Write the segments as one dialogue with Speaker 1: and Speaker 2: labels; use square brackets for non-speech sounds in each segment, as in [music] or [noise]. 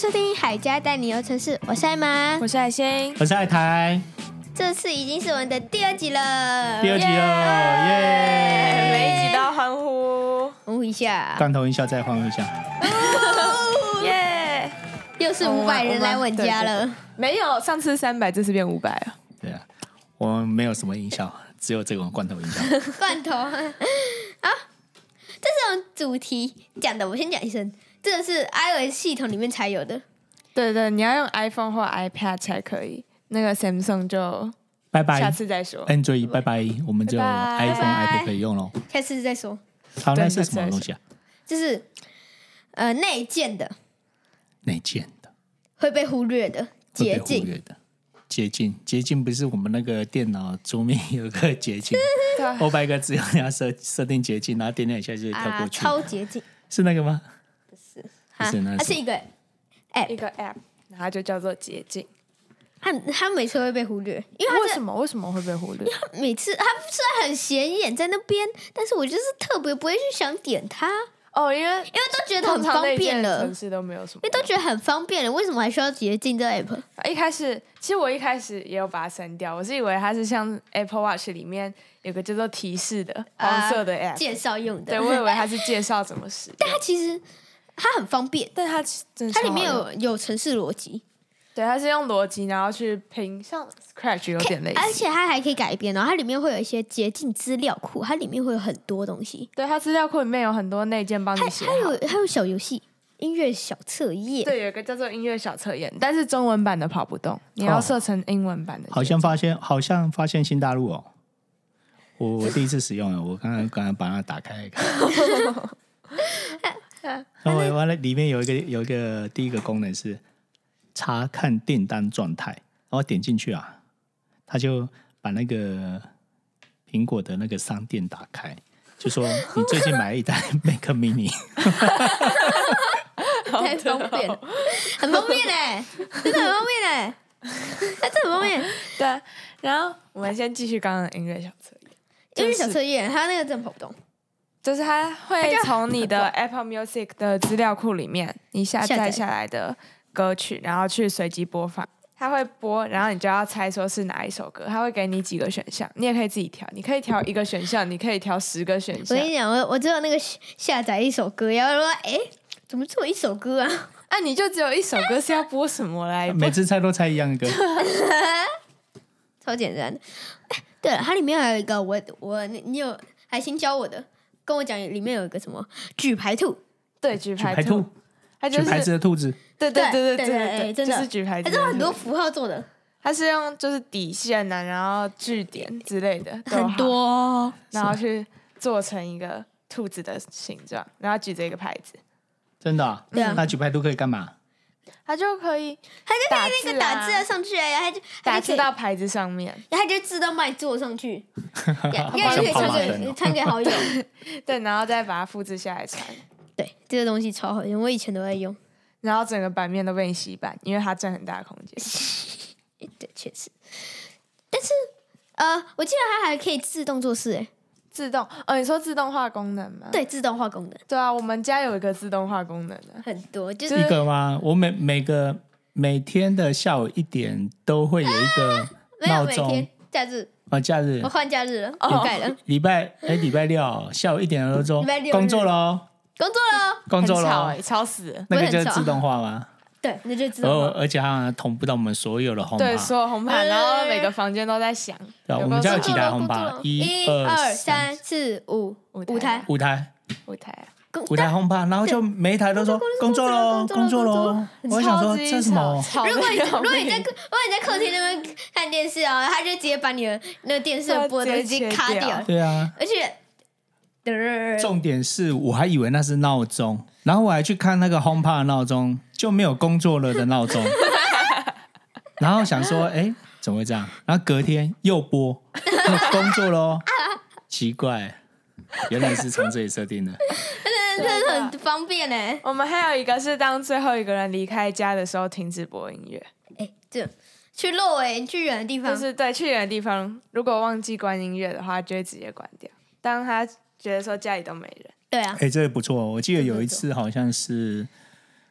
Speaker 1: 收听海家带你游城市，我是艾玛。
Speaker 2: 我是海星，
Speaker 3: 我是爱台，
Speaker 1: 这次已经是我们的第二集了，
Speaker 3: 第二集了，耶！
Speaker 2: 哦每一集都要欢呼，
Speaker 1: 呜哦一下，
Speaker 3: 罐头音效再换一下，
Speaker 2: 耶！
Speaker 1: 又是
Speaker 2: 我们
Speaker 1: 五百人来我家
Speaker 2: 我
Speaker 1: 了。
Speaker 2: 没有，上次三百，这次变五百啊！
Speaker 3: 对啊，我们没有什么音效，只有这种罐头
Speaker 2: [laughs]
Speaker 3: 音效。
Speaker 1: 罐 [laughs] 头啊！这种主题讲的，我先讲一声，这个是 iOS 系统里面才有的。
Speaker 2: 对对，你要用 iPhone 或 iPad 才可以，那个 Samsung 就
Speaker 3: 拜拜
Speaker 2: 下次再说。
Speaker 3: ，Android，拜拜，我们只有
Speaker 2: 拜拜
Speaker 3: iPhone、
Speaker 2: 拜拜
Speaker 3: iPad 可以用喽。
Speaker 1: 下次再说，
Speaker 3: 好，
Speaker 2: 对
Speaker 3: 那是什么东西啊？
Speaker 1: 就是呃内建的
Speaker 3: 内建的，
Speaker 1: 会被忽略的捷
Speaker 3: 会被忽
Speaker 1: 径，
Speaker 3: 略的。捷径，捷径不是我们那个电脑桌面有个捷
Speaker 2: [laughs]
Speaker 3: 径，
Speaker 2: 对啊
Speaker 3: 后半个字你要设设定捷径，然后点两下就会跳
Speaker 1: 啊
Speaker 3: 过，去，
Speaker 1: 超捷径，
Speaker 3: 是那个吗？
Speaker 1: 哈
Speaker 3: 是那是
Speaker 1: 它是一个
Speaker 2: 一
Speaker 1: app，
Speaker 2: 个 App，然后就叫做捷径。
Speaker 1: 它它每次会被忽略，因为它
Speaker 2: 为
Speaker 1: 是
Speaker 2: 什么为什么会被忽略？
Speaker 1: 每次它虽然很显眼在那边，但是我就是特别不会去想点它，因
Speaker 2: 哦，因为
Speaker 1: 为都觉得很方便了，
Speaker 2: 城
Speaker 1: 因
Speaker 2: 市都没有什么
Speaker 1: 为。都觉得很方便了，为什么还需要捷径这 app？
Speaker 2: 一开始，其实我一开始也有把它删掉，我是以为它是像 Apple Watch 里面有个叫做提示的黄色的 App，、
Speaker 1: 啊介绍用的 [laughs]
Speaker 2: 对，我以为它是介绍怎么使用，
Speaker 1: 它其实它很方便，
Speaker 2: [laughs] 但它真的
Speaker 1: 它里面
Speaker 2: 超好用
Speaker 1: 有有城市逻辑，
Speaker 2: 对，它是用逻辑然后去拼，像 Scratch 有点类
Speaker 1: 而
Speaker 2: 似。
Speaker 1: 且它还可以改编，然后哦它里面会有一些捷径资料库，它里面会有很多东西，
Speaker 2: 对，它资料库里面有很多内建帮你写
Speaker 1: 还
Speaker 2: 好。
Speaker 1: 有还有小游戏、音乐小测验，
Speaker 2: 对，有一个叫做音乐小测验，但是中文版的跑不动，你要
Speaker 3: 哦
Speaker 2: 设成英文版的。
Speaker 3: 好像发现，好像发现新大陆哦。我我第一次使用了，我刚刚刚刚把它打开来看。那我完了，里面有一个有一个第一个功能是查看订单状态，然后点进去啊，他就把那个苹果的那个商店打开，就说你最近买了一台 [laughs] Mac Mini，
Speaker 1: [laughs] 太方便了，很方便嘞，真的很方便嘞，它 [laughs] 真的很方便。
Speaker 2: 对，然后我们先继续刚刚的音乐小测验，
Speaker 1: 因为小测验，它那个真的跑不动。
Speaker 2: 就是它
Speaker 1: 哎
Speaker 2: 会从你的 Apple Music 的资料库里面，你下
Speaker 1: 下载
Speaker 2: 载下来的歌曲，然后去随机播放。它会播，然后你就要猜说是哪一首歌。它会给你几个选项，你也可以自己挑，你可以挑一个选项，你可以挑十个选
Speaker 1: 我
Speaker 2: 项
Speaker 1: 跟。你讲，我我只有那个下下载一首歌，然后说，哎，怎么只有一首歌啊？
Speaker 2: 啊，你就只有一首歌是要播什么来？
Speaker 3: 每次猜都猜一样的歌，
Speaker 1: 超简单的。哎对了，它里面还有一个我我你你有海星教我的，跟我讲里面有一个什么举牌兔，
Speaker 2: 对，举
Speaker 3: 举
Speaker 2: 牌
Speaker 3: 牌兔，，
Speaker 2: 它就
Speaker 3: 举
Speaker 2: 是
Speaker 3: 牌子的兔子，
Speaker 2: 对对
Speaker 1: 对
Speaker 2: 对对
Speaker 1: 对对
Speaker 2: 对
Speaker 1: 真
Speaker 2: 就
Speaker 1: 的
Speaker 2: 是举牌
Speaker 1: 它
Speaker 2: 子
Speaker 1: 是
Speaker 2: 的
Speaker 1: 用
Speaker 2: 兔
Speaker 1: 很
Speaker 2: 子。
Speaker 1: 多符号做的，
Speaker 2: 它是用就是底线呐、然后据点之类的，都好
Speaker 1: 很多，哦。
Speaker 2: 然后去做成一个兔子的形状，然后举着一个牌子，
Speaker 3: 真的、啊？
Speaker 1: 对啊
Speaker 3: 那举牌兔可以干嘛？
Speaker 2: 它就可以
Speaker 1: 它就可以那个
Speaker 2: 打字
Speaker 1: 打字
Speaker 2: 啊
Speaker 1: 啊上去，然后它就它
Speaker 2: 打
Speaker 1: 就可
Speaker 2: 字
Speaker 1: 以
Speaker 2: 到牌子上面。
Speaker 1: 然后它就自动帮你坐上去，应
Speaker 3: 好
Speaker 1: 该就可以
Speaker 3: 像跑
Speaker 1: 传
Speaker 3: 马灯
Speaker 1: 给
Speaker 3: 哦
Speaker 1: 传给好友。
Speaker 2: 对，然后再把它复制下来传，
Speaker 1: 对，这个东西超好用，我以前都在用。
Speaker 2: 然后整个版面都被你洗版，因为它占很大的空间。
Speaker 1: 对，确实。但是，呃，我记得它还可以自动做事，哎，
Speaker 2: 自动，哦，你说自动化功能吗？
Speaker 1: 对，自动化功能
Speaker 2: 对啊，我们家有一个自动化功能的，
Speaker 1: 很多，就是
Speaker 3: 一个吗？我每每个每天的下午一点都会有一个
Speaker 1: 啊没有
Speaker 3: [laughs] 闹
Speaker 1: 每
Speaker 3: 钟哦
Speaker 1: 天假日，
Speaker 3: 啊，假日
Speaker 1: 我换假日了，我改了，
Speaker 3: 礼拜哎礼拜六下午一点的闹钟
Speaker 1: 礼拜六日
Speaker 3: 工作喽，
Speaker 1: 工作了，
Speaker 3: 工作
Speaker 2: 很吵哎、
Speaker 3: 喽，
Speaker 2: 吵死了。
Speaker 3: 那
Speaker 1: 我也
Speaker 3: 个
Speaker 1: 很
Speaker 3: 就是
Speaker 1: 吵
Speaker 3: 自动
Speaker 1: [laughs]
Speaker 3: 化吗？
Speaker 1: 对，那就自
Speaker 3: 而
Speaker 1: 动化。
Speaker 3: 而且它好像同步到我们所有的红
Speaker 2: 对，
Speaker 3: 牌，
Speaker 2: 所有红
Speaker 1: 哎
Speaker 2: 啊盘，然后每个房间都在响。
Speaker 3: 哦对啊
Speaker 2: 有
Speaker 3: 我们家有
Speaker 2: 工
Speaker 3: 几
Speaker 2: 作
Speaker 3: 台
Speaker 1: 了
Speaker 3: 红
Speaker 1: 工作
Speaker 3: 牌
Speaker 1: 了，
Speaker 3: 一
Speaker 1: 二
Speaker 3: 三
Speaker 1: 三，四五，
Speaker 2: 五
Speaker 1: 五
Speaker 2: 台
Speaker 1: 台，
Speaker 3: 五台
Speaker 2: 舞台啊，
Speaker 1: 工
Speaker 3: 五台红牌，然后就每一台都说
Speaker 1: 工
Speaker 3: 工
Speaker 1: 作
Speaker 3: 作
Speaker 1: 咯
Speaker 3: 喽，
Speaker 1: 工
Speaker 3: 工
Speaker 1: 作
Speaker 3: 作
Speaker 1: 咯
Speaker 3: 喽，我还想说这是什么？
Speaker 1: 如
Speaker 2: 如
Speaker 1: 果你
Speaker 2: [laughs]
Speaker 1: 如果你在客如果你在客厅那边看电视啊，他就直接把你的那个电视的播的东西卡
Speaker 2: 直接切
Speaker 1: 掉
Speaker 2: 掉，
Speaker 3: 对啊，
Speaker 1: 而且，
Speaker 3: 重点是我还以为那是闹钟，然后我还去看那个 HomePod 的闹钟，就没有工作了的闹钟。 [laughs] 然后想说，哎，怎么会这样？然后隔天又播，又工作喽，奇怪，原来是从这里设 [laughs] 定的。
Speaker 1: 真的很方便欸呢、
Speaker 2: 我们还有一个是当最后一个人离开家的时候停止播音乐，
Speaker 1: 哎、这去露营、去远的地方，
Speaker 2: 啊就是对去远的地方，如果忘记关音乐的话，就会直接关掉。当他觉得说家里都没人，
Speaker 1: 对啊，
Speaker 3: 哎，这个不错，我记得有一次好像是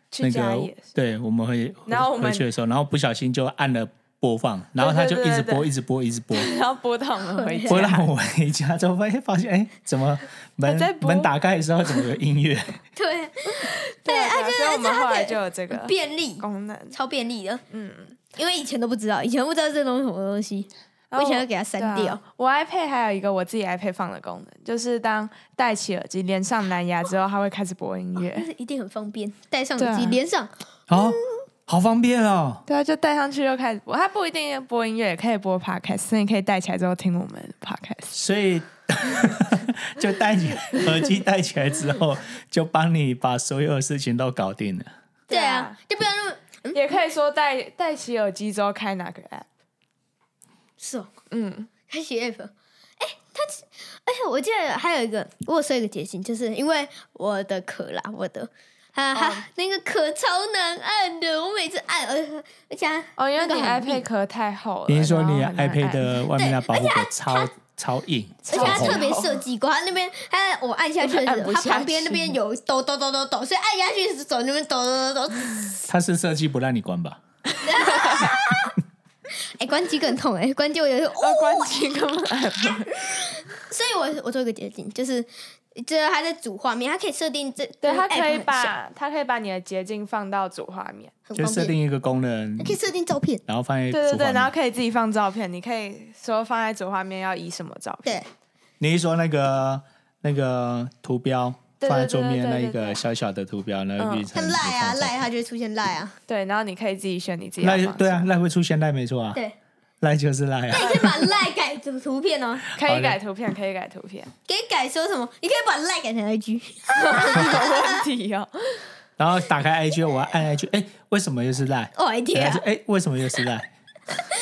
Speaker 2: 去
Speaker 3: 那
Speaker 2: 家
Speaker 3: 个
Speaker 2: 也是， [laughs]
Speaker 3: 对，我们会
Speaker 2: 然后我们
Speaker 3: 回去的时候，然后不小心就按了播放，然后他就
Speaker 2: 对
Speaker 3: 一
Speaker 2: 对
Speaker 3: 直
Speaker 2: 对
Speaker 3: 播，一直播，一直播，
Speaker 2: 然后拨到我们回
Speaker 3: 播
Speaker 2: 家，
Speaker 3: 到我回家之后发现发现，哎，怎么
Speaker 2: 还在
Speaker 3: 门
Speaker 2: 播
Speaker 3: 门打开的时候怎么有音
Speaker 2: [laughs]
Speaker 3: 乐？
Speaker 1: 对，
Speaker 2: 对啊，对啊所以我们后来就有这个
Speaker 1: 啊便利，
Speaker 2: 功能。
Speaker 1: 超便利的。
Speaker 2: 嗯，
Speaker 1: 因为以前都不知道，以前不知道这东西什么东西，
Speaker 2: 然
Speaker 1: 我以
Speaker 2: 后
Speaker 1: 前要给它删
Speaker 2: 对
Speaker 1: 掉
Speaker 2: 啊。我 iPad 还有一个我自己 iPad 放的功能，就是当戴起耳机连上蓝牙之后，它会开始播音
Speaker 1: 但 [laughs]
Speaker 2: 乐。
Speaker 1: 是一定很方便，戴上
Speaker 2: 对
Speaker 1: 耳
Speaker 2: 啊
Speaker 1: 机连上，
Speaker 3: 哦，好方便哦！
Speaker 2: 对啊，就戴上去就开始播，它不一定播音乐，也可以播 podcast，所以你可以戴起来之后听我们的 podcast。
Speaker 3: 所以就戴起耳机戴起来之后，就帮你把所有的事情都
Speaker 2: [laughs]
Speaker 3: 搞定了。
Speaker 1: 对啊，，就不要那么
Speaker 2: 也可以说戴戴起耳机之后开哪个 app。
Speaker 1: 是哦，
Speaker 2: 嗯，
Speaker 1: 开启 app。哎，它，而哎且我记得还有一个，我有设一个捷径，就是因为我的壳啦，我的。啊哈，那个壳超难按的，我每次按，而且而且它
Speaker 2: 哦，因为
Speaker 1: 那
Speaker 2: 你
Speaker 1: 个很硬
Speaker 2: iPad 壳太厚了，
Speaker 3: 你是说你
Speaker 2: 然后很难
Speaker 3: iPad
Speaker 2: 按
Speaker 3: 的外面那保护壳超超硬，
Speaker 1: 而且
Speaker 3: 超
Speaker 1: 它
Speaker 3: 厚
Speaker 1: 特？别设计过，它那边它我 [laughs] 按下去的
Speaker 2: 我
Speaker 1: 时
Speaker 2: 按
Speaker 1: 候，
Speaker 2: 不
Speaker 1: 它
Speaker 2: 下
Speaker 1: 旁边那边
Speaker 2: 去
Speaker 1: 有抖抖抖抖抖，所以按下去的手那边抖抖抖抖，
Speaker 3: 它是设计不让你关吧？
Speaker 1: 哎，关机更痛哎、关机我有时候
Speaker 2: 呃关机根本按
Speaker 1: [laughs]
Speaker 2: 不了
Speaker 1: 所以我我做一个捷径，就是就是它在主画面，它可以设定这
Speaker 2: 对，
Speaker 1: 这
Speaker 2: 它
Speaker 1: 个 app
Speaker 2: 可以
Speaker 1: 很小
Speaker 2: 把它可以把你的捷径放到主画面，
Speaker 1: 很
Speaker 3: 就
Speaker 1: 方
Speaker 3: 设
Speaker 1: 便，
Speaker 3: 定一个功能
Speaker 1: 你，可以设定照片，
Speaker 3: 然后放在
Speaker 2: 哎对
Speaker 3: 主
Speaker 2: 对
Speaker 3: 画
Speaker 2: 对，然后
Speaker 3: 面。
Speaker 2: 可以自己放照片，你可以说放在主画面要以什么照片，
Speaker 1: 对，
Speaker 3: 你是说那个那个图标
Speaker 2: 对对
Speaker 3: 放在桌
Speaker 2: 对
Speaker 3: 面那
Speaker 2: 对对
Speaker 3: 一个
Speaker 2: 对
Speaker 3: 小小的图标，那
Speaker 2: 嗯
Speaker 3: 个绿色
Speaker 1: 像
Speaker 3: 的地
Speaker 1: 赖啊
Speaker 3: 方
Speaker 1: 赖，它就会出现赖
Speaker 3: [laughs]
Speaker 1: 啊，
Speaker 2: 对然后你可以自己选你自己要
Speaker 3: 赖
Speaker 2: 放，
Speaker 3: 对啊，，赖会出现赖没错啊，
Speaker 1: 对，
Speaker 3: 赖就是赖
Speaker 1: [laughs]
Speaker 3: 啊。
Speaker 1: 你可以把赖改成图片哦，
Speaker 2: 可
Speaker 3: 好
Speaker 2: 以
Speaker 3: 嘞
Speaker 2: 改图片，可以改图片， [laughs]
Speaker 1: 可以改说什么？你可以把赖改成 IG，
Speaker 2: 有问题哦。
Speaker 3: 然后打开 IG，我要按 IG，哎，为什么又
Speaker 1: [laughs]
Speaker 3: 是赖？
Speaker 1: 我的天
Speaker 3: 然后
Speaker 1: 啊
Speaker 3: 就，哎，为什么又
Speaker 1: [laughs]
Speaker 3: 是赖？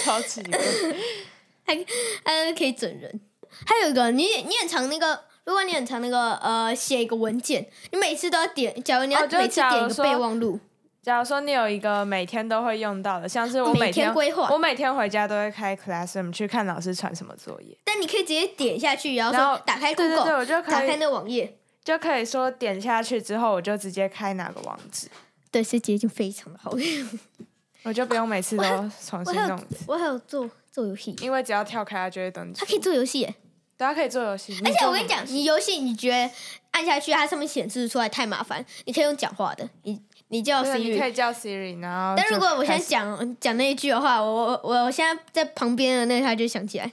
Speaker 2: 超奇怪，
Speaker 1: 它可以整人。还有一个，你你很常那个。如果你很常那个呃写一个文件，你每次都要点，假如你要
Speaker 2: 哦就是
Speaker 1: 每次
Speaker 2: 假如
Speaker 1: 点一个
Speaker 2: 说
Speaker 1: 备忘录，
Speaker 2: 假如说你有一个每天都会用到的，像是我
Speaker 1: 每
Speaker 2: 每天
Speaker 1: 天规划
Speaker 2: 我每天回家都会开 Classroom 去看老师传什么作业，
Speaker 1: 但你可以直接点下去，然后
Speaker 2: 然后
Speaker 1: 说哦打开
Speaker 2: 对对对，
Speaker 1: Google，
Speaker 2: 我就
Speaker 1: 打
Speaker 2: 可
Speaker 1: 开
Speaker 2: 以
Speaker 1: 那个网页，
Speaker 2: 就可以说点下去之后，我就直接开哪个网址，
Speaker 1: 对，这捷径非常的好用。
Speaker 2: 我就不用每次都重
Speaker 1: [laughs] 我
Speaker 2: 新
Speaker 1: 还
Speaker 2: 弄
Speaker 1: 有
Speaker 2: 一次，
Speaker 1: [laughs] 我还有做做游戏，
Speaker 2: 因为只要跳开它就会登
Speaker 1: 它
Speaker 2: 出
Speaker 1: 可。以做游戏耶。
Speaker 2: 对，它可以做游戏，
Speaker 1: 而
Speaker 2: 而
Speaker 1: 且我跟你讲，你游戏你觉得按下去它上面显示出来太麻烦，你可以用讲话的，你你叫
Speaker 2: 对，啊你可
Speaker 1: Siri。
Speaker 2: 以叫 Siri，然后
Speaker 1: 但
Speaker 2: 就
Speaker 1: 如果我现
Speaker 2: 开
Speaker 1: 在
Speaker 2: 始
Speaker 1: 讲嗯讲那一句的话，我我我我现在在旁边的那个他就想起来，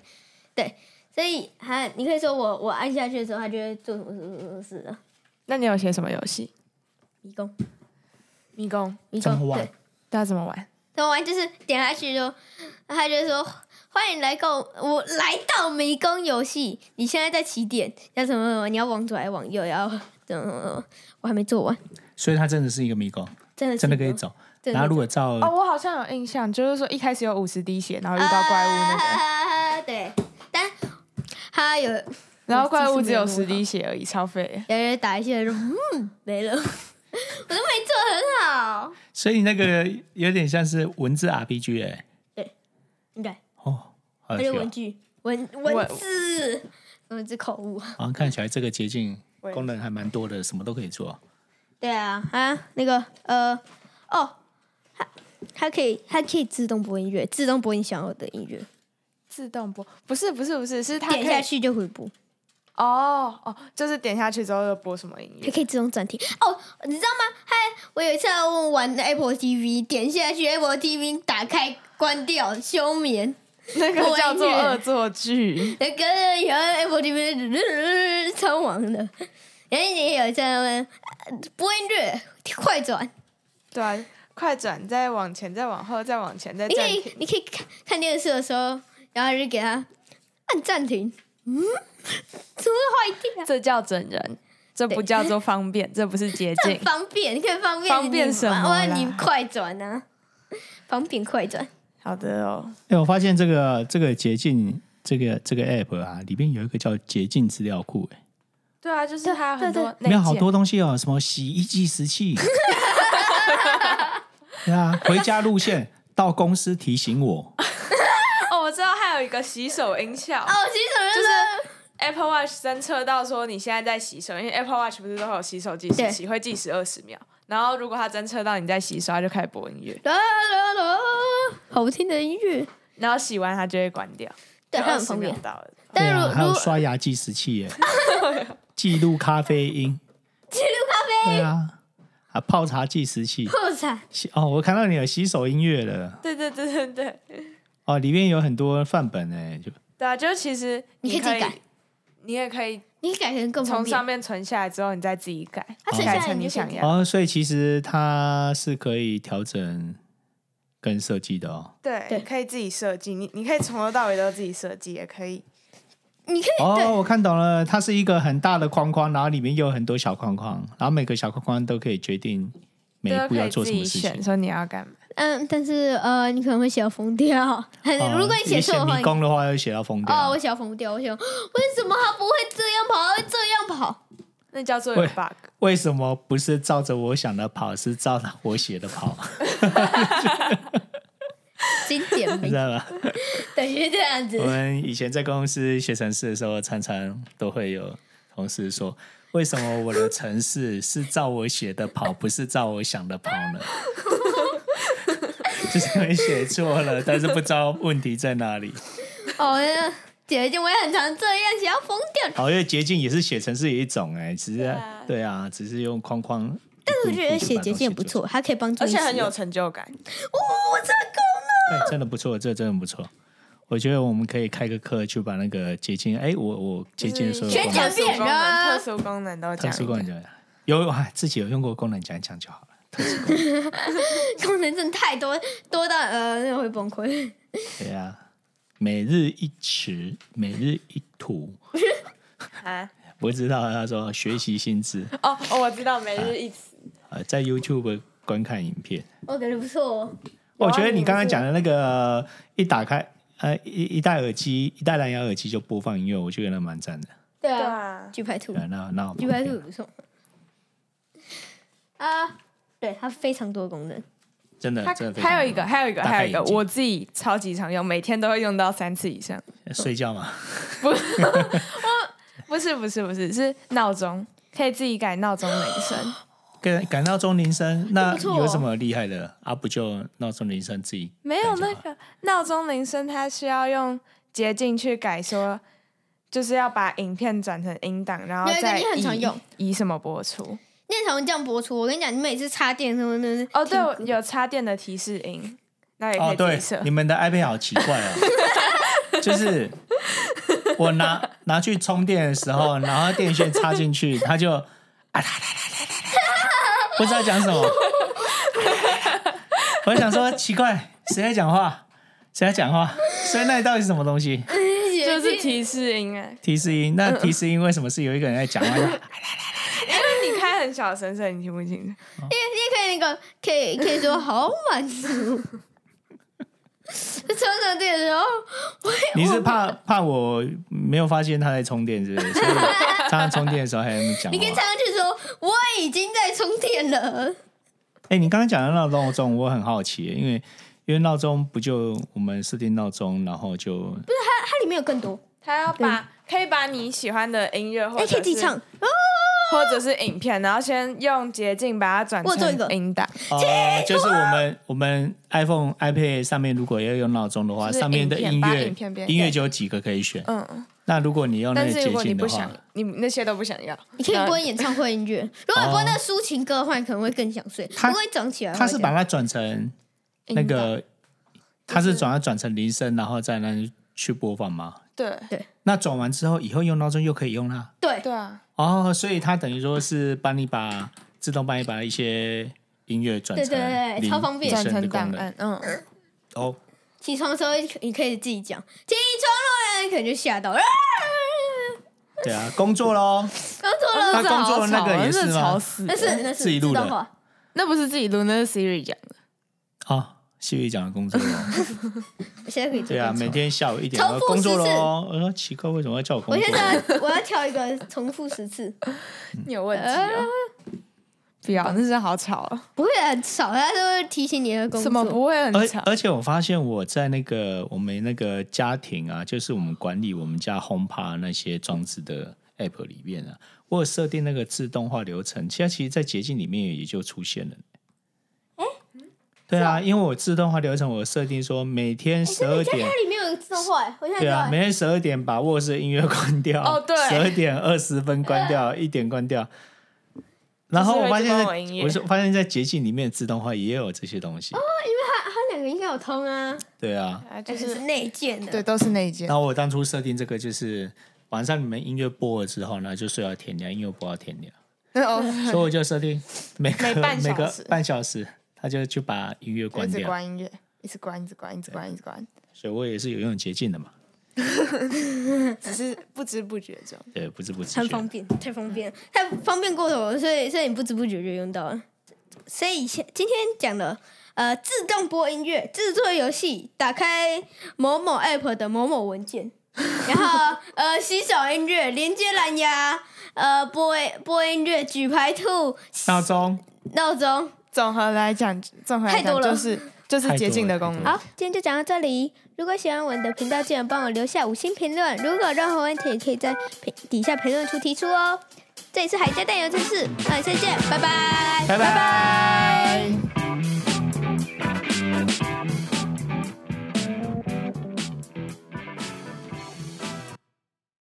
Speaker 1: 对，所以还你可以说我我按下去的时候，他就会做什么什么什么事的。
Speaker 2: 那你有写什么游戏？
Speaker 1: 迷宫，
Speaker 2: 迷宫，
Speaker 1: 迷
Speaker 3: 怎么
Speaker 1: 宫，
Speaker 3: 玩
Speaker 1: 对，
Speaker 2: 大家怎么玩？
Speaker 1: 怎么玩就是点下去就，他就说欢迎来购，我来到迷宫游戏，你现在在起点，要什么什么，你要往左还是往右，要怎么怎么怎么，嗯我还没做完，
Speaker 3: 所以它真的是一个迷宫，
Speaker 1: 真的是
Speaker 3: 真的可以
Speaker 1: 迷宫，
Speaker 3: 走。
Speaker 1: 真的
Speaker 3: 然后如果照
Speaker 2: 哦，我好像有印象，就是说一开始有五十滴血，然后遇
Speaker 1: 遇
Speaker 2: 到怪物那个，
Speaker 1: 啊、对，但他有
Speaker 2: 然后怪
Speaker 1: 我
Speaker 2: 物
Speaker 1: 记
Speaker 2: 只
Speaker 1: 性没有
Speaker 2: 有
Speaker 1: 那么
Speaker 2: 十滴血而已，超废。
Speaker 1: 有人打一些人说嗯没了，我都 [laughs] 没做很好，
Speaker 3: 所以那个有点像是文字 RPG 哎、
Speaker 1: 应该
Speaker 3: 哦，好
Speaker 1: 而
Speaker 3: 有
Speaker 1: 且
Speaker 3: 趣
Speaker 1: 文
Speaker 3: 哦
Speaker 1: 具文
Speaker 2: 我
Speaker 1: 文字， [laughs] 文字口误。
Speaker 3: 好像看起来这个捷径
Speaker 2: 我也
Speaker 3: 功能还蛮多的，什么都可以做。
Speaker 1: 对啊，啊，那个呃，哦，它它可以它可以自动播音乐，自动播你想要的音乐，
Speaker 2: 自动播不是不是不是是它可
Speaker 1: 点
Speaker 2: 以
Speaker 1: 下去就会播，
Speaker 2: 哦哦，就是点下去之后就播什么音
Speaker 1: 它
Speaker 2: 乐，
Speaker 1: 可以自动暂停。哦，你知道吗？嗨，我有一次我玩 Apple TV，点下去 Apple TV 打开关掉休眠，
Speaker 2: 那个
Speaker 1: 播
Speaker 2: 叫做
Speaker 1: 音乐
Speaker 2: 恶作剧。
Speaker 1: 那个有 Apple TV 超忙的。然后你有一次呃播音乐快转，
Speaker 2: 对啊，快转，再往前，再往后，再往前，再
Speaker 1: 你可
Speaker 2: 暂
Speaker 1: 以
Speaker 2: 停。
Speaker 1: 你可以看看电视的时候，然后就给它按暂停。嗯，怎么会坏掉？
Speaker 2: 这叫整人，这不叫做方便，这不是捷
Speaker 1: 这 [laughs] 很
Speaker 2: 径。
Speaker 1: 方便，你可以方便
Speaker 2: 方便
Speaker 1: 你
Speaker 2: 什么
Speaker 1: 玩玩
Speaker 2: 啦
Speaker 1: 你快转啊，方便快转。
Speaker 2: 好的哦，
Speaker 3: 哎、我发现这个这个捷径这个这个 app 啊，里面有一个叫捷径资料库、哎，
Speaker 2: 对啊，就是它有很多
Speaker 3: 里面
Speaker 2: 内
Speaker 3: 好
Speaker 2: 建
Speaker 3: 多东西哦，什么洗衣机时器， [laughs] 对啊，回家路线到公司提醒我，
Speaker 2: 哦，我知道还有一个洗手音效，
Speaker 1: 哦，其实
Speaker 2: 就
Speaker 1: 就是是
Speaker 2: Apple Watch 侦测到说你现在在洗手，因为 Apple Watch 不是都会有洗手计时器，会计时二十秒，然后如果它侦测到你在洗手，它就开始播音乐，
Speaker 1: 啦啦啦，好听的音乐，
Speaker 2: 然后洗完它就会关掉。
Speaker 1: 对，
Speaker 2: 就
Speaker 1: 它很
Speaker 2: 20
Speaker 1: 方
Speaker 2: 秒
Speaker 1: 便。
Speaker 2: 到了。
Speaker 3: 对
Speaker 1: 但如
Speaker 3: 啊，还有
Speaker 1: 如
Speaker 3: 刷牙计时器耶，记录咖啡因，记录咖啡，对啊，啊，泡茶计时器，
Speaker 1: 破产，
Speaker 3: 洗哦，我看到你有洗手音乐了，
Speaker 2: 对对对对对，
Speaker 3: 哦，里面有很多范本哎，就
Speaker 2: 对啊，就是其实
Speaker 1: 你可以自己改，
Speaker 2: 你也可以
Speaker 1: 你改成更方
Speaker 2: 从上
Speaker 1: 便。
Speaker 2: 面存下来之后，你再自己改，
Speaker 1: 它存
Speaker 3: 下
Speaker 2: 改
Speaker 1: 来
Speaker 2: 成
Speaker 1: 你
Speaker 2: 你
Speaker 1: 就可以
Speaker 2: 想
Speaker 1: 自己
Speaker 2: 要。
Speaker 3: 哦，所以其实它是可以调整跟设计的哦，
Speaker 2: 对，
Speaker 1: 对
Speaker 2: 可以自己设计，你你可以从头到尾都自己设计，也可以。
Speaker 1: 你可以
Speaker 3: 哦，
Speaker 1: 对
Speaker 3: 我看懂了，它是一个很大的框框，然后里面有很多小框框，然后每个小框框都可以决定每
Speaker 2: 对，
Speaker 3: 一步
Speaker 2: 可
Speaker 3: 要
Speaker 2: 以
Speaker 3: 做
Speaker 2: 自
Speaker 3: 什么
Speaker 2: 己
Speaker 3: 事
Speaker 2: 选
Speaker 3: 情。
Speaker 2: 说你要干嘛。
Speaker 1: 嗯，但是呃，你可能会写到疯掉。
Speaker 3: 哦
Speaker 1: [laughs] 如果你写错的话
Speaker 3: 迷，宫的话，会写到疯掉。
Speaker 1: 哦，我写到疯掉，我想为什么他不会这样跑，他会这样跑？
Speaker 2: 那叫做有
Speaker 3: 喂
Speaker 2: bug。
Speaker 3: 为什么不是照着我想的跑，是照着我写的
Speaker 1: [laughs]
Speaker 3: 跑？
Speaker 1: 经典
Speaker 3: 你
Speaker 1: 名
Speaker 3: 知道吧？
Speaker 1: [laughs] 等于这样子
Speaker 3: 我。们以前在公司学程式的时候，常常都会有同事说：“为什么我的程式是照我写的跑，不是照我想的跑
Speaker 1: [laughs]
Speaker 3: 呢？”就是因为写错了，但是不知道问题在哪里。
Speaker 1: 哦，那姐姐我也很常这样，写到疯掉。
Speaker 3: 好，因为捷径也是写程式的一种哎、只是对啊
Speaker 2: 啊
Speaker 3: 只是用框框。
Speaker 1: 但是我觉得写捷径也不错，它可以帮助
Speaker 2: 而
Speaker 1: 你
Speaker 2: 且
Speaker 1: 写，哦
Speaker 2: 很有成就感，
Speaker 3: 对，哎真的不错，这真的不错。我觉得我们可以开个课去把那个捷径，哎、我我捷径的所有
Speaker 1: 就是
Speaker 3: 功
Speaker 1: 全
Speaker 3: 能
Speaker 1: 嗯讲遍
Speaker 2: 功
Speaker 1: 啊
Speaker 2: 能、特殊功能都
Speaker 3: 特
Speaker 2: 讲
Speaker 3: 殊
Speaker 2: 一
Speaker 3: 功能
Speaker 2: 遍。
Speaker 3: 讲有啊，自己有用过功能讲一讲就好了。
Speaker 1: 功能真的太多多到呃，那会崩溃。
Speaker 3: 对啊，每日一词，每日一图，
Speaker 2: 啊，
Speaker 3: 我知道他说学习心智，
Speaker 2: 哦，哦我知道每日一词，
Speaker 3: 呃，在 YouTube 观看影片。
Speaker 1: 我感觉不错哦，
Speaker 3: 我
Speaker 2: 有啊
Speaker 3: 觉得你
Speaker 2: 你
Speaker 3: 刚刚
Speaker 2: 不是
Speaker 3: 讲的那个，一打开，呃，一一戴耳机，一戴蓝牙耳机就播放音乐，我就觉得蛮赞的。
Speaker 1: 对
Speaker 2: 对
Speaker 1: 啊，
Speaker 2: 啊，
Speaker 1: 举牌兔
Speaker 3: 对，啊，那那我
Speaker 1: 举牌兔也不错啊，对它非常多功能。
Speaker 3: 真的
Speaker 2: 它
Speaker 3: 啊真的非常
Speaker 2: 还有一个，还有一个，
Speaker 3: 大开
Speaker 2: 还有一个，
Speaker 3: 眼界
Speaker 2: 我自己超级常用，每天都会用到三次以上。
Speaker 3: 睡觉嘛，
Speaker 2: 不是不是不是，是闹钟，可以自己改闹钟铃声。
Speaker 3: 感感到钟铃声，那
Speaker 1: 不错哦
Speaker 3: 有什么厉害的啊？不就闹钟铃声自己
Speaker 2: [gasps] 没有
Speaker 3: 感觉
Speaker 2: 那个闹钟铃声，它需要用捷径去改说。就是要把影片转成音档，然后
Speaker 1: 有一个
Speaker 2: 再
Speaker 1: 你很常
Speaker 2: 以
Speaker 1: 用
Speaker 2: 以什么播出？
Speaker 1: 念头这样播出，我跟你讲，你每次插电什么的，
Speaker 2: 哦，对，我有插电的提示音，那也可
Speaker 3: 哦，
Speaker 2: 以自
Speaker 3: 对
Speaker 2: 己设。，
Speaker 3: 你们的 iPad 好奇怪哦，就是我拿拿去充电的时候，然后电线插进去，它就啊啦啦啦啦啦啦，不知道讲什么。我想说奇怪，谁在讲话？谁在讲话？所以那里到底是什么东西？
Speaker 1: 就
Speaker 2: 就是提示音啊，
Speaker 3: 提示音？那提示音为什么是有一个人在讲话？
Speaker 2: 因为你开很小声，所以你听不清楚。
Speaker 1: 可以那个可以可以说好满
Speaker 3: [laughs]
Speaker 1: 足。充上电的时候，
Speaker 3: 你是怕怕我没有发现他在充电，是不是？所以常常充电的时候还没讲
Speaker 1: 你可以插
Speaker 3: 话。
Speaker 1: 上去说我已经在充电了。
Speaker 3: 哎、你刚刚讲的闹钟钟，我很好奇，因为因为闹钟不就我们设定闹钟，然后就
Speaker 1: 它里面有更多，
Speaker 2: 他要把可以把你喜欢的音乐或
Speaker 1: 哎，可以
Speaker 2: 者
Speaker 1: 自己唱
Speaker 2: 是。或者是影片，然后先用捷径把它转
Speaker 1: 我做一个
Speaker 2: 成音档。
Speaker 3: 哦、就是我们我们 iPhone、iPad 上面如果要用闹钟的话，
Speaker 2: 就是
Speaker 3: 上面的音
Speaker 2: 影片把
Speaker 3: 乐
Speaker 2: 影片变
Speaker 3: 音乐就有几个可以选。
Speaker 2: 嗯，
Speaker 3: 那如果你哦用那
Speaker 2: 但
Speaker 3: 个
Speaker 2: 是
Speaker 3: 捷
Speaker 2: 如果你
Speaker 3: 径
Speaker 2: 不
Speaker 3: 的
Speaker 2: 想
Speaker 3: 话，，
Speaker 2: 你那些都不想要，
Speaker 1: 你可以
Speaker 2: 那
Speaker 1: 播演唱会音乐。 [laughs] 如果你播那个抒情歌的话，你可能会更想睡，
Speaker 3: 哦它
Speaker 1: 不会整起来会这
Speaker 3: 它
Speaker 1: 样。
Speaker 3: 是把它转成
Speaker 2: 音
Speaker 3: 那
Speaker 2: 档
Speaker 3: 个，它是转它转成铃声，然后再那去播放吗？
Speaker 2: 对
Speaker 3: 那转完之后，以后用闹钟又可以用啦。
Speaker 1: 对
Speaker 2: 对啊，
Speaker 3: 哦，所以它等于说是帮你把自动帮你把一些音乐转成
Speaker 1: 对对对
Speaker 3: 铃
Speaker 1: 超方便
Speaker 2: 转
Speaker 3: 铃声
Speaker 2: 成
Speaker 3: 的
Speaker 2: 档
Speaker 3: 功能
Speaker 2: 案，嗯，
Speaker 3: 哦。
Speaker 1: 起床的时候，你可以自己讲起床了，你可能就吓到。啊
Speaker 3: 对啊，工作喽，
Speaker 1: 工
Speaker 2: 哦
Speaker 1: 作了，
Speaker 3: 他工作的那
Speaker 1: 啊
Speaker 3: 个也是吗
Speaker 2: 真的吵死了
Speaker 1: 那是那是
Speaker 3: 哎自己录的
Speaker 1: 动画，
Speaker 2: 那不是自己录，那是 Siri 讲的。
Speaker 3: 哦，西语讲的工作喽。
Speaker 1: 我现在可以做 [laughs]
Speaker 3: 对啊，
Speaker 1: 工作
Speaker 3: 每天下午一点
Speaker 1: 重
Speaker 3: 呃
Speaker 1: 复
Speaker 3: 工作
Speaker 1: 十次
Speaker 3: 喽。我说奇怪，为什么要叫我工
Speaker 1: 我
Speaker 3: 作
Speaker 1: 现？在 [laughs] 我要挑一个重复十次，
Speaker 3: 嗯
Speaker 2: 你有问题
Speaker 1: 啊
Speaker 2: 哦？不要，那是好吵哦。
Speaker 1: 不会很吵，他都会提醒你的工作。
Speaker 2: 什么不会很吵
Speaker 3: 而？而且我发现我在那个我们那个家庭啊，就是我们管理我们家轰趴那些装置的 App 里面啊，我有设定那个自动化流程，其实其实在捷径里面也就出现了。哎，对啊，
Speaker 2: 嗯
Speaker 3: 因为我自动化流程，我设定说每天十二
Speaker 1: 你
Speaker 3: 点
Speaker 1: 家，里面有自动化欸，我现在知
Speaker 3: 对
Speaker 1: 道
Speaker 3: 啊，
Speaker 1: 欸。
Speaker 3: 每天十二点把卧室的音乐关掉，
Speaker 2: 哦对
Speaker 3: 十二点二十分关
Speaker 2: [laughs]
Speaker 3: 掉，一点关掉。然后我发现
Speaker 2: 就是会自
Speaker 3: 在，
Speaker 2: 动有音乐哦
Speaker 3: 我是发现在捷径里面自动化也有这些东西，
Speaker 1: 他两个应该有通啊，
Speaker 3: 对啊。
Speaker 2: 啊，
Speaker 1: 就
Speaker 2: 就是是
Speaker 1: 内建
Speaker 2: 对，
Speaker 1: 的。
Speaker 2: 都是那一件
Speaker 3: 然。后我当初设定这个就是晚上你们音乐播了之后呢，就睡到天亮，音乐播到天亮，
Speaker 2: 哦，
Speaker 3: 所以我就设定每个
Speaker 2: 每半小时
Speaker 3: 每个半小时，他就去把音乐
Speaker 2: 一
Speaker 3: 关
Speaker 2: 直
Speaker 3: 掉，
Speaker 2: 关音乐，一直关，一直关，一直关，一直关，
Speaker 3: 所以我也是有用捷径的嘛，
Speaker 2: 只是不知不觉中。
Speaker 3: 对，不知不知
Speaker 1: 很
Speaker 3: 觉
Speaker 1: 方。便，太方便了，太方便过头了，所以所以你不知不觉就用到了。所以现今天讲的呃，自动播音乐、制作游戏、打开某某 app 的某某文件，然后呃，洗手音乐、连接蓝牙、呃，播播音乐、举牌兔、
Speaker 3: 闹钟，
Speaker 1: 闹钟。
Speaker 2: 综合来讲，综合来
Speaker 1: 太多
Speaker 2: 讲
Speaker 1: 了
Speaker 2: 就是就是捷径的功
Speaker 3: 太多了太多了
Speaker 2: 能。
Speaker 1: 好，今天就讲到这里。如果喜欢我的频道，记得帮我留下五星评论。如果有任何问题，也可以在评底下评论处提出
Speaker 2: 哎
Speaker 1: 哦。这里是海家蛋油知识，我们下次见，拜拜，
Speaker 3: 拜拜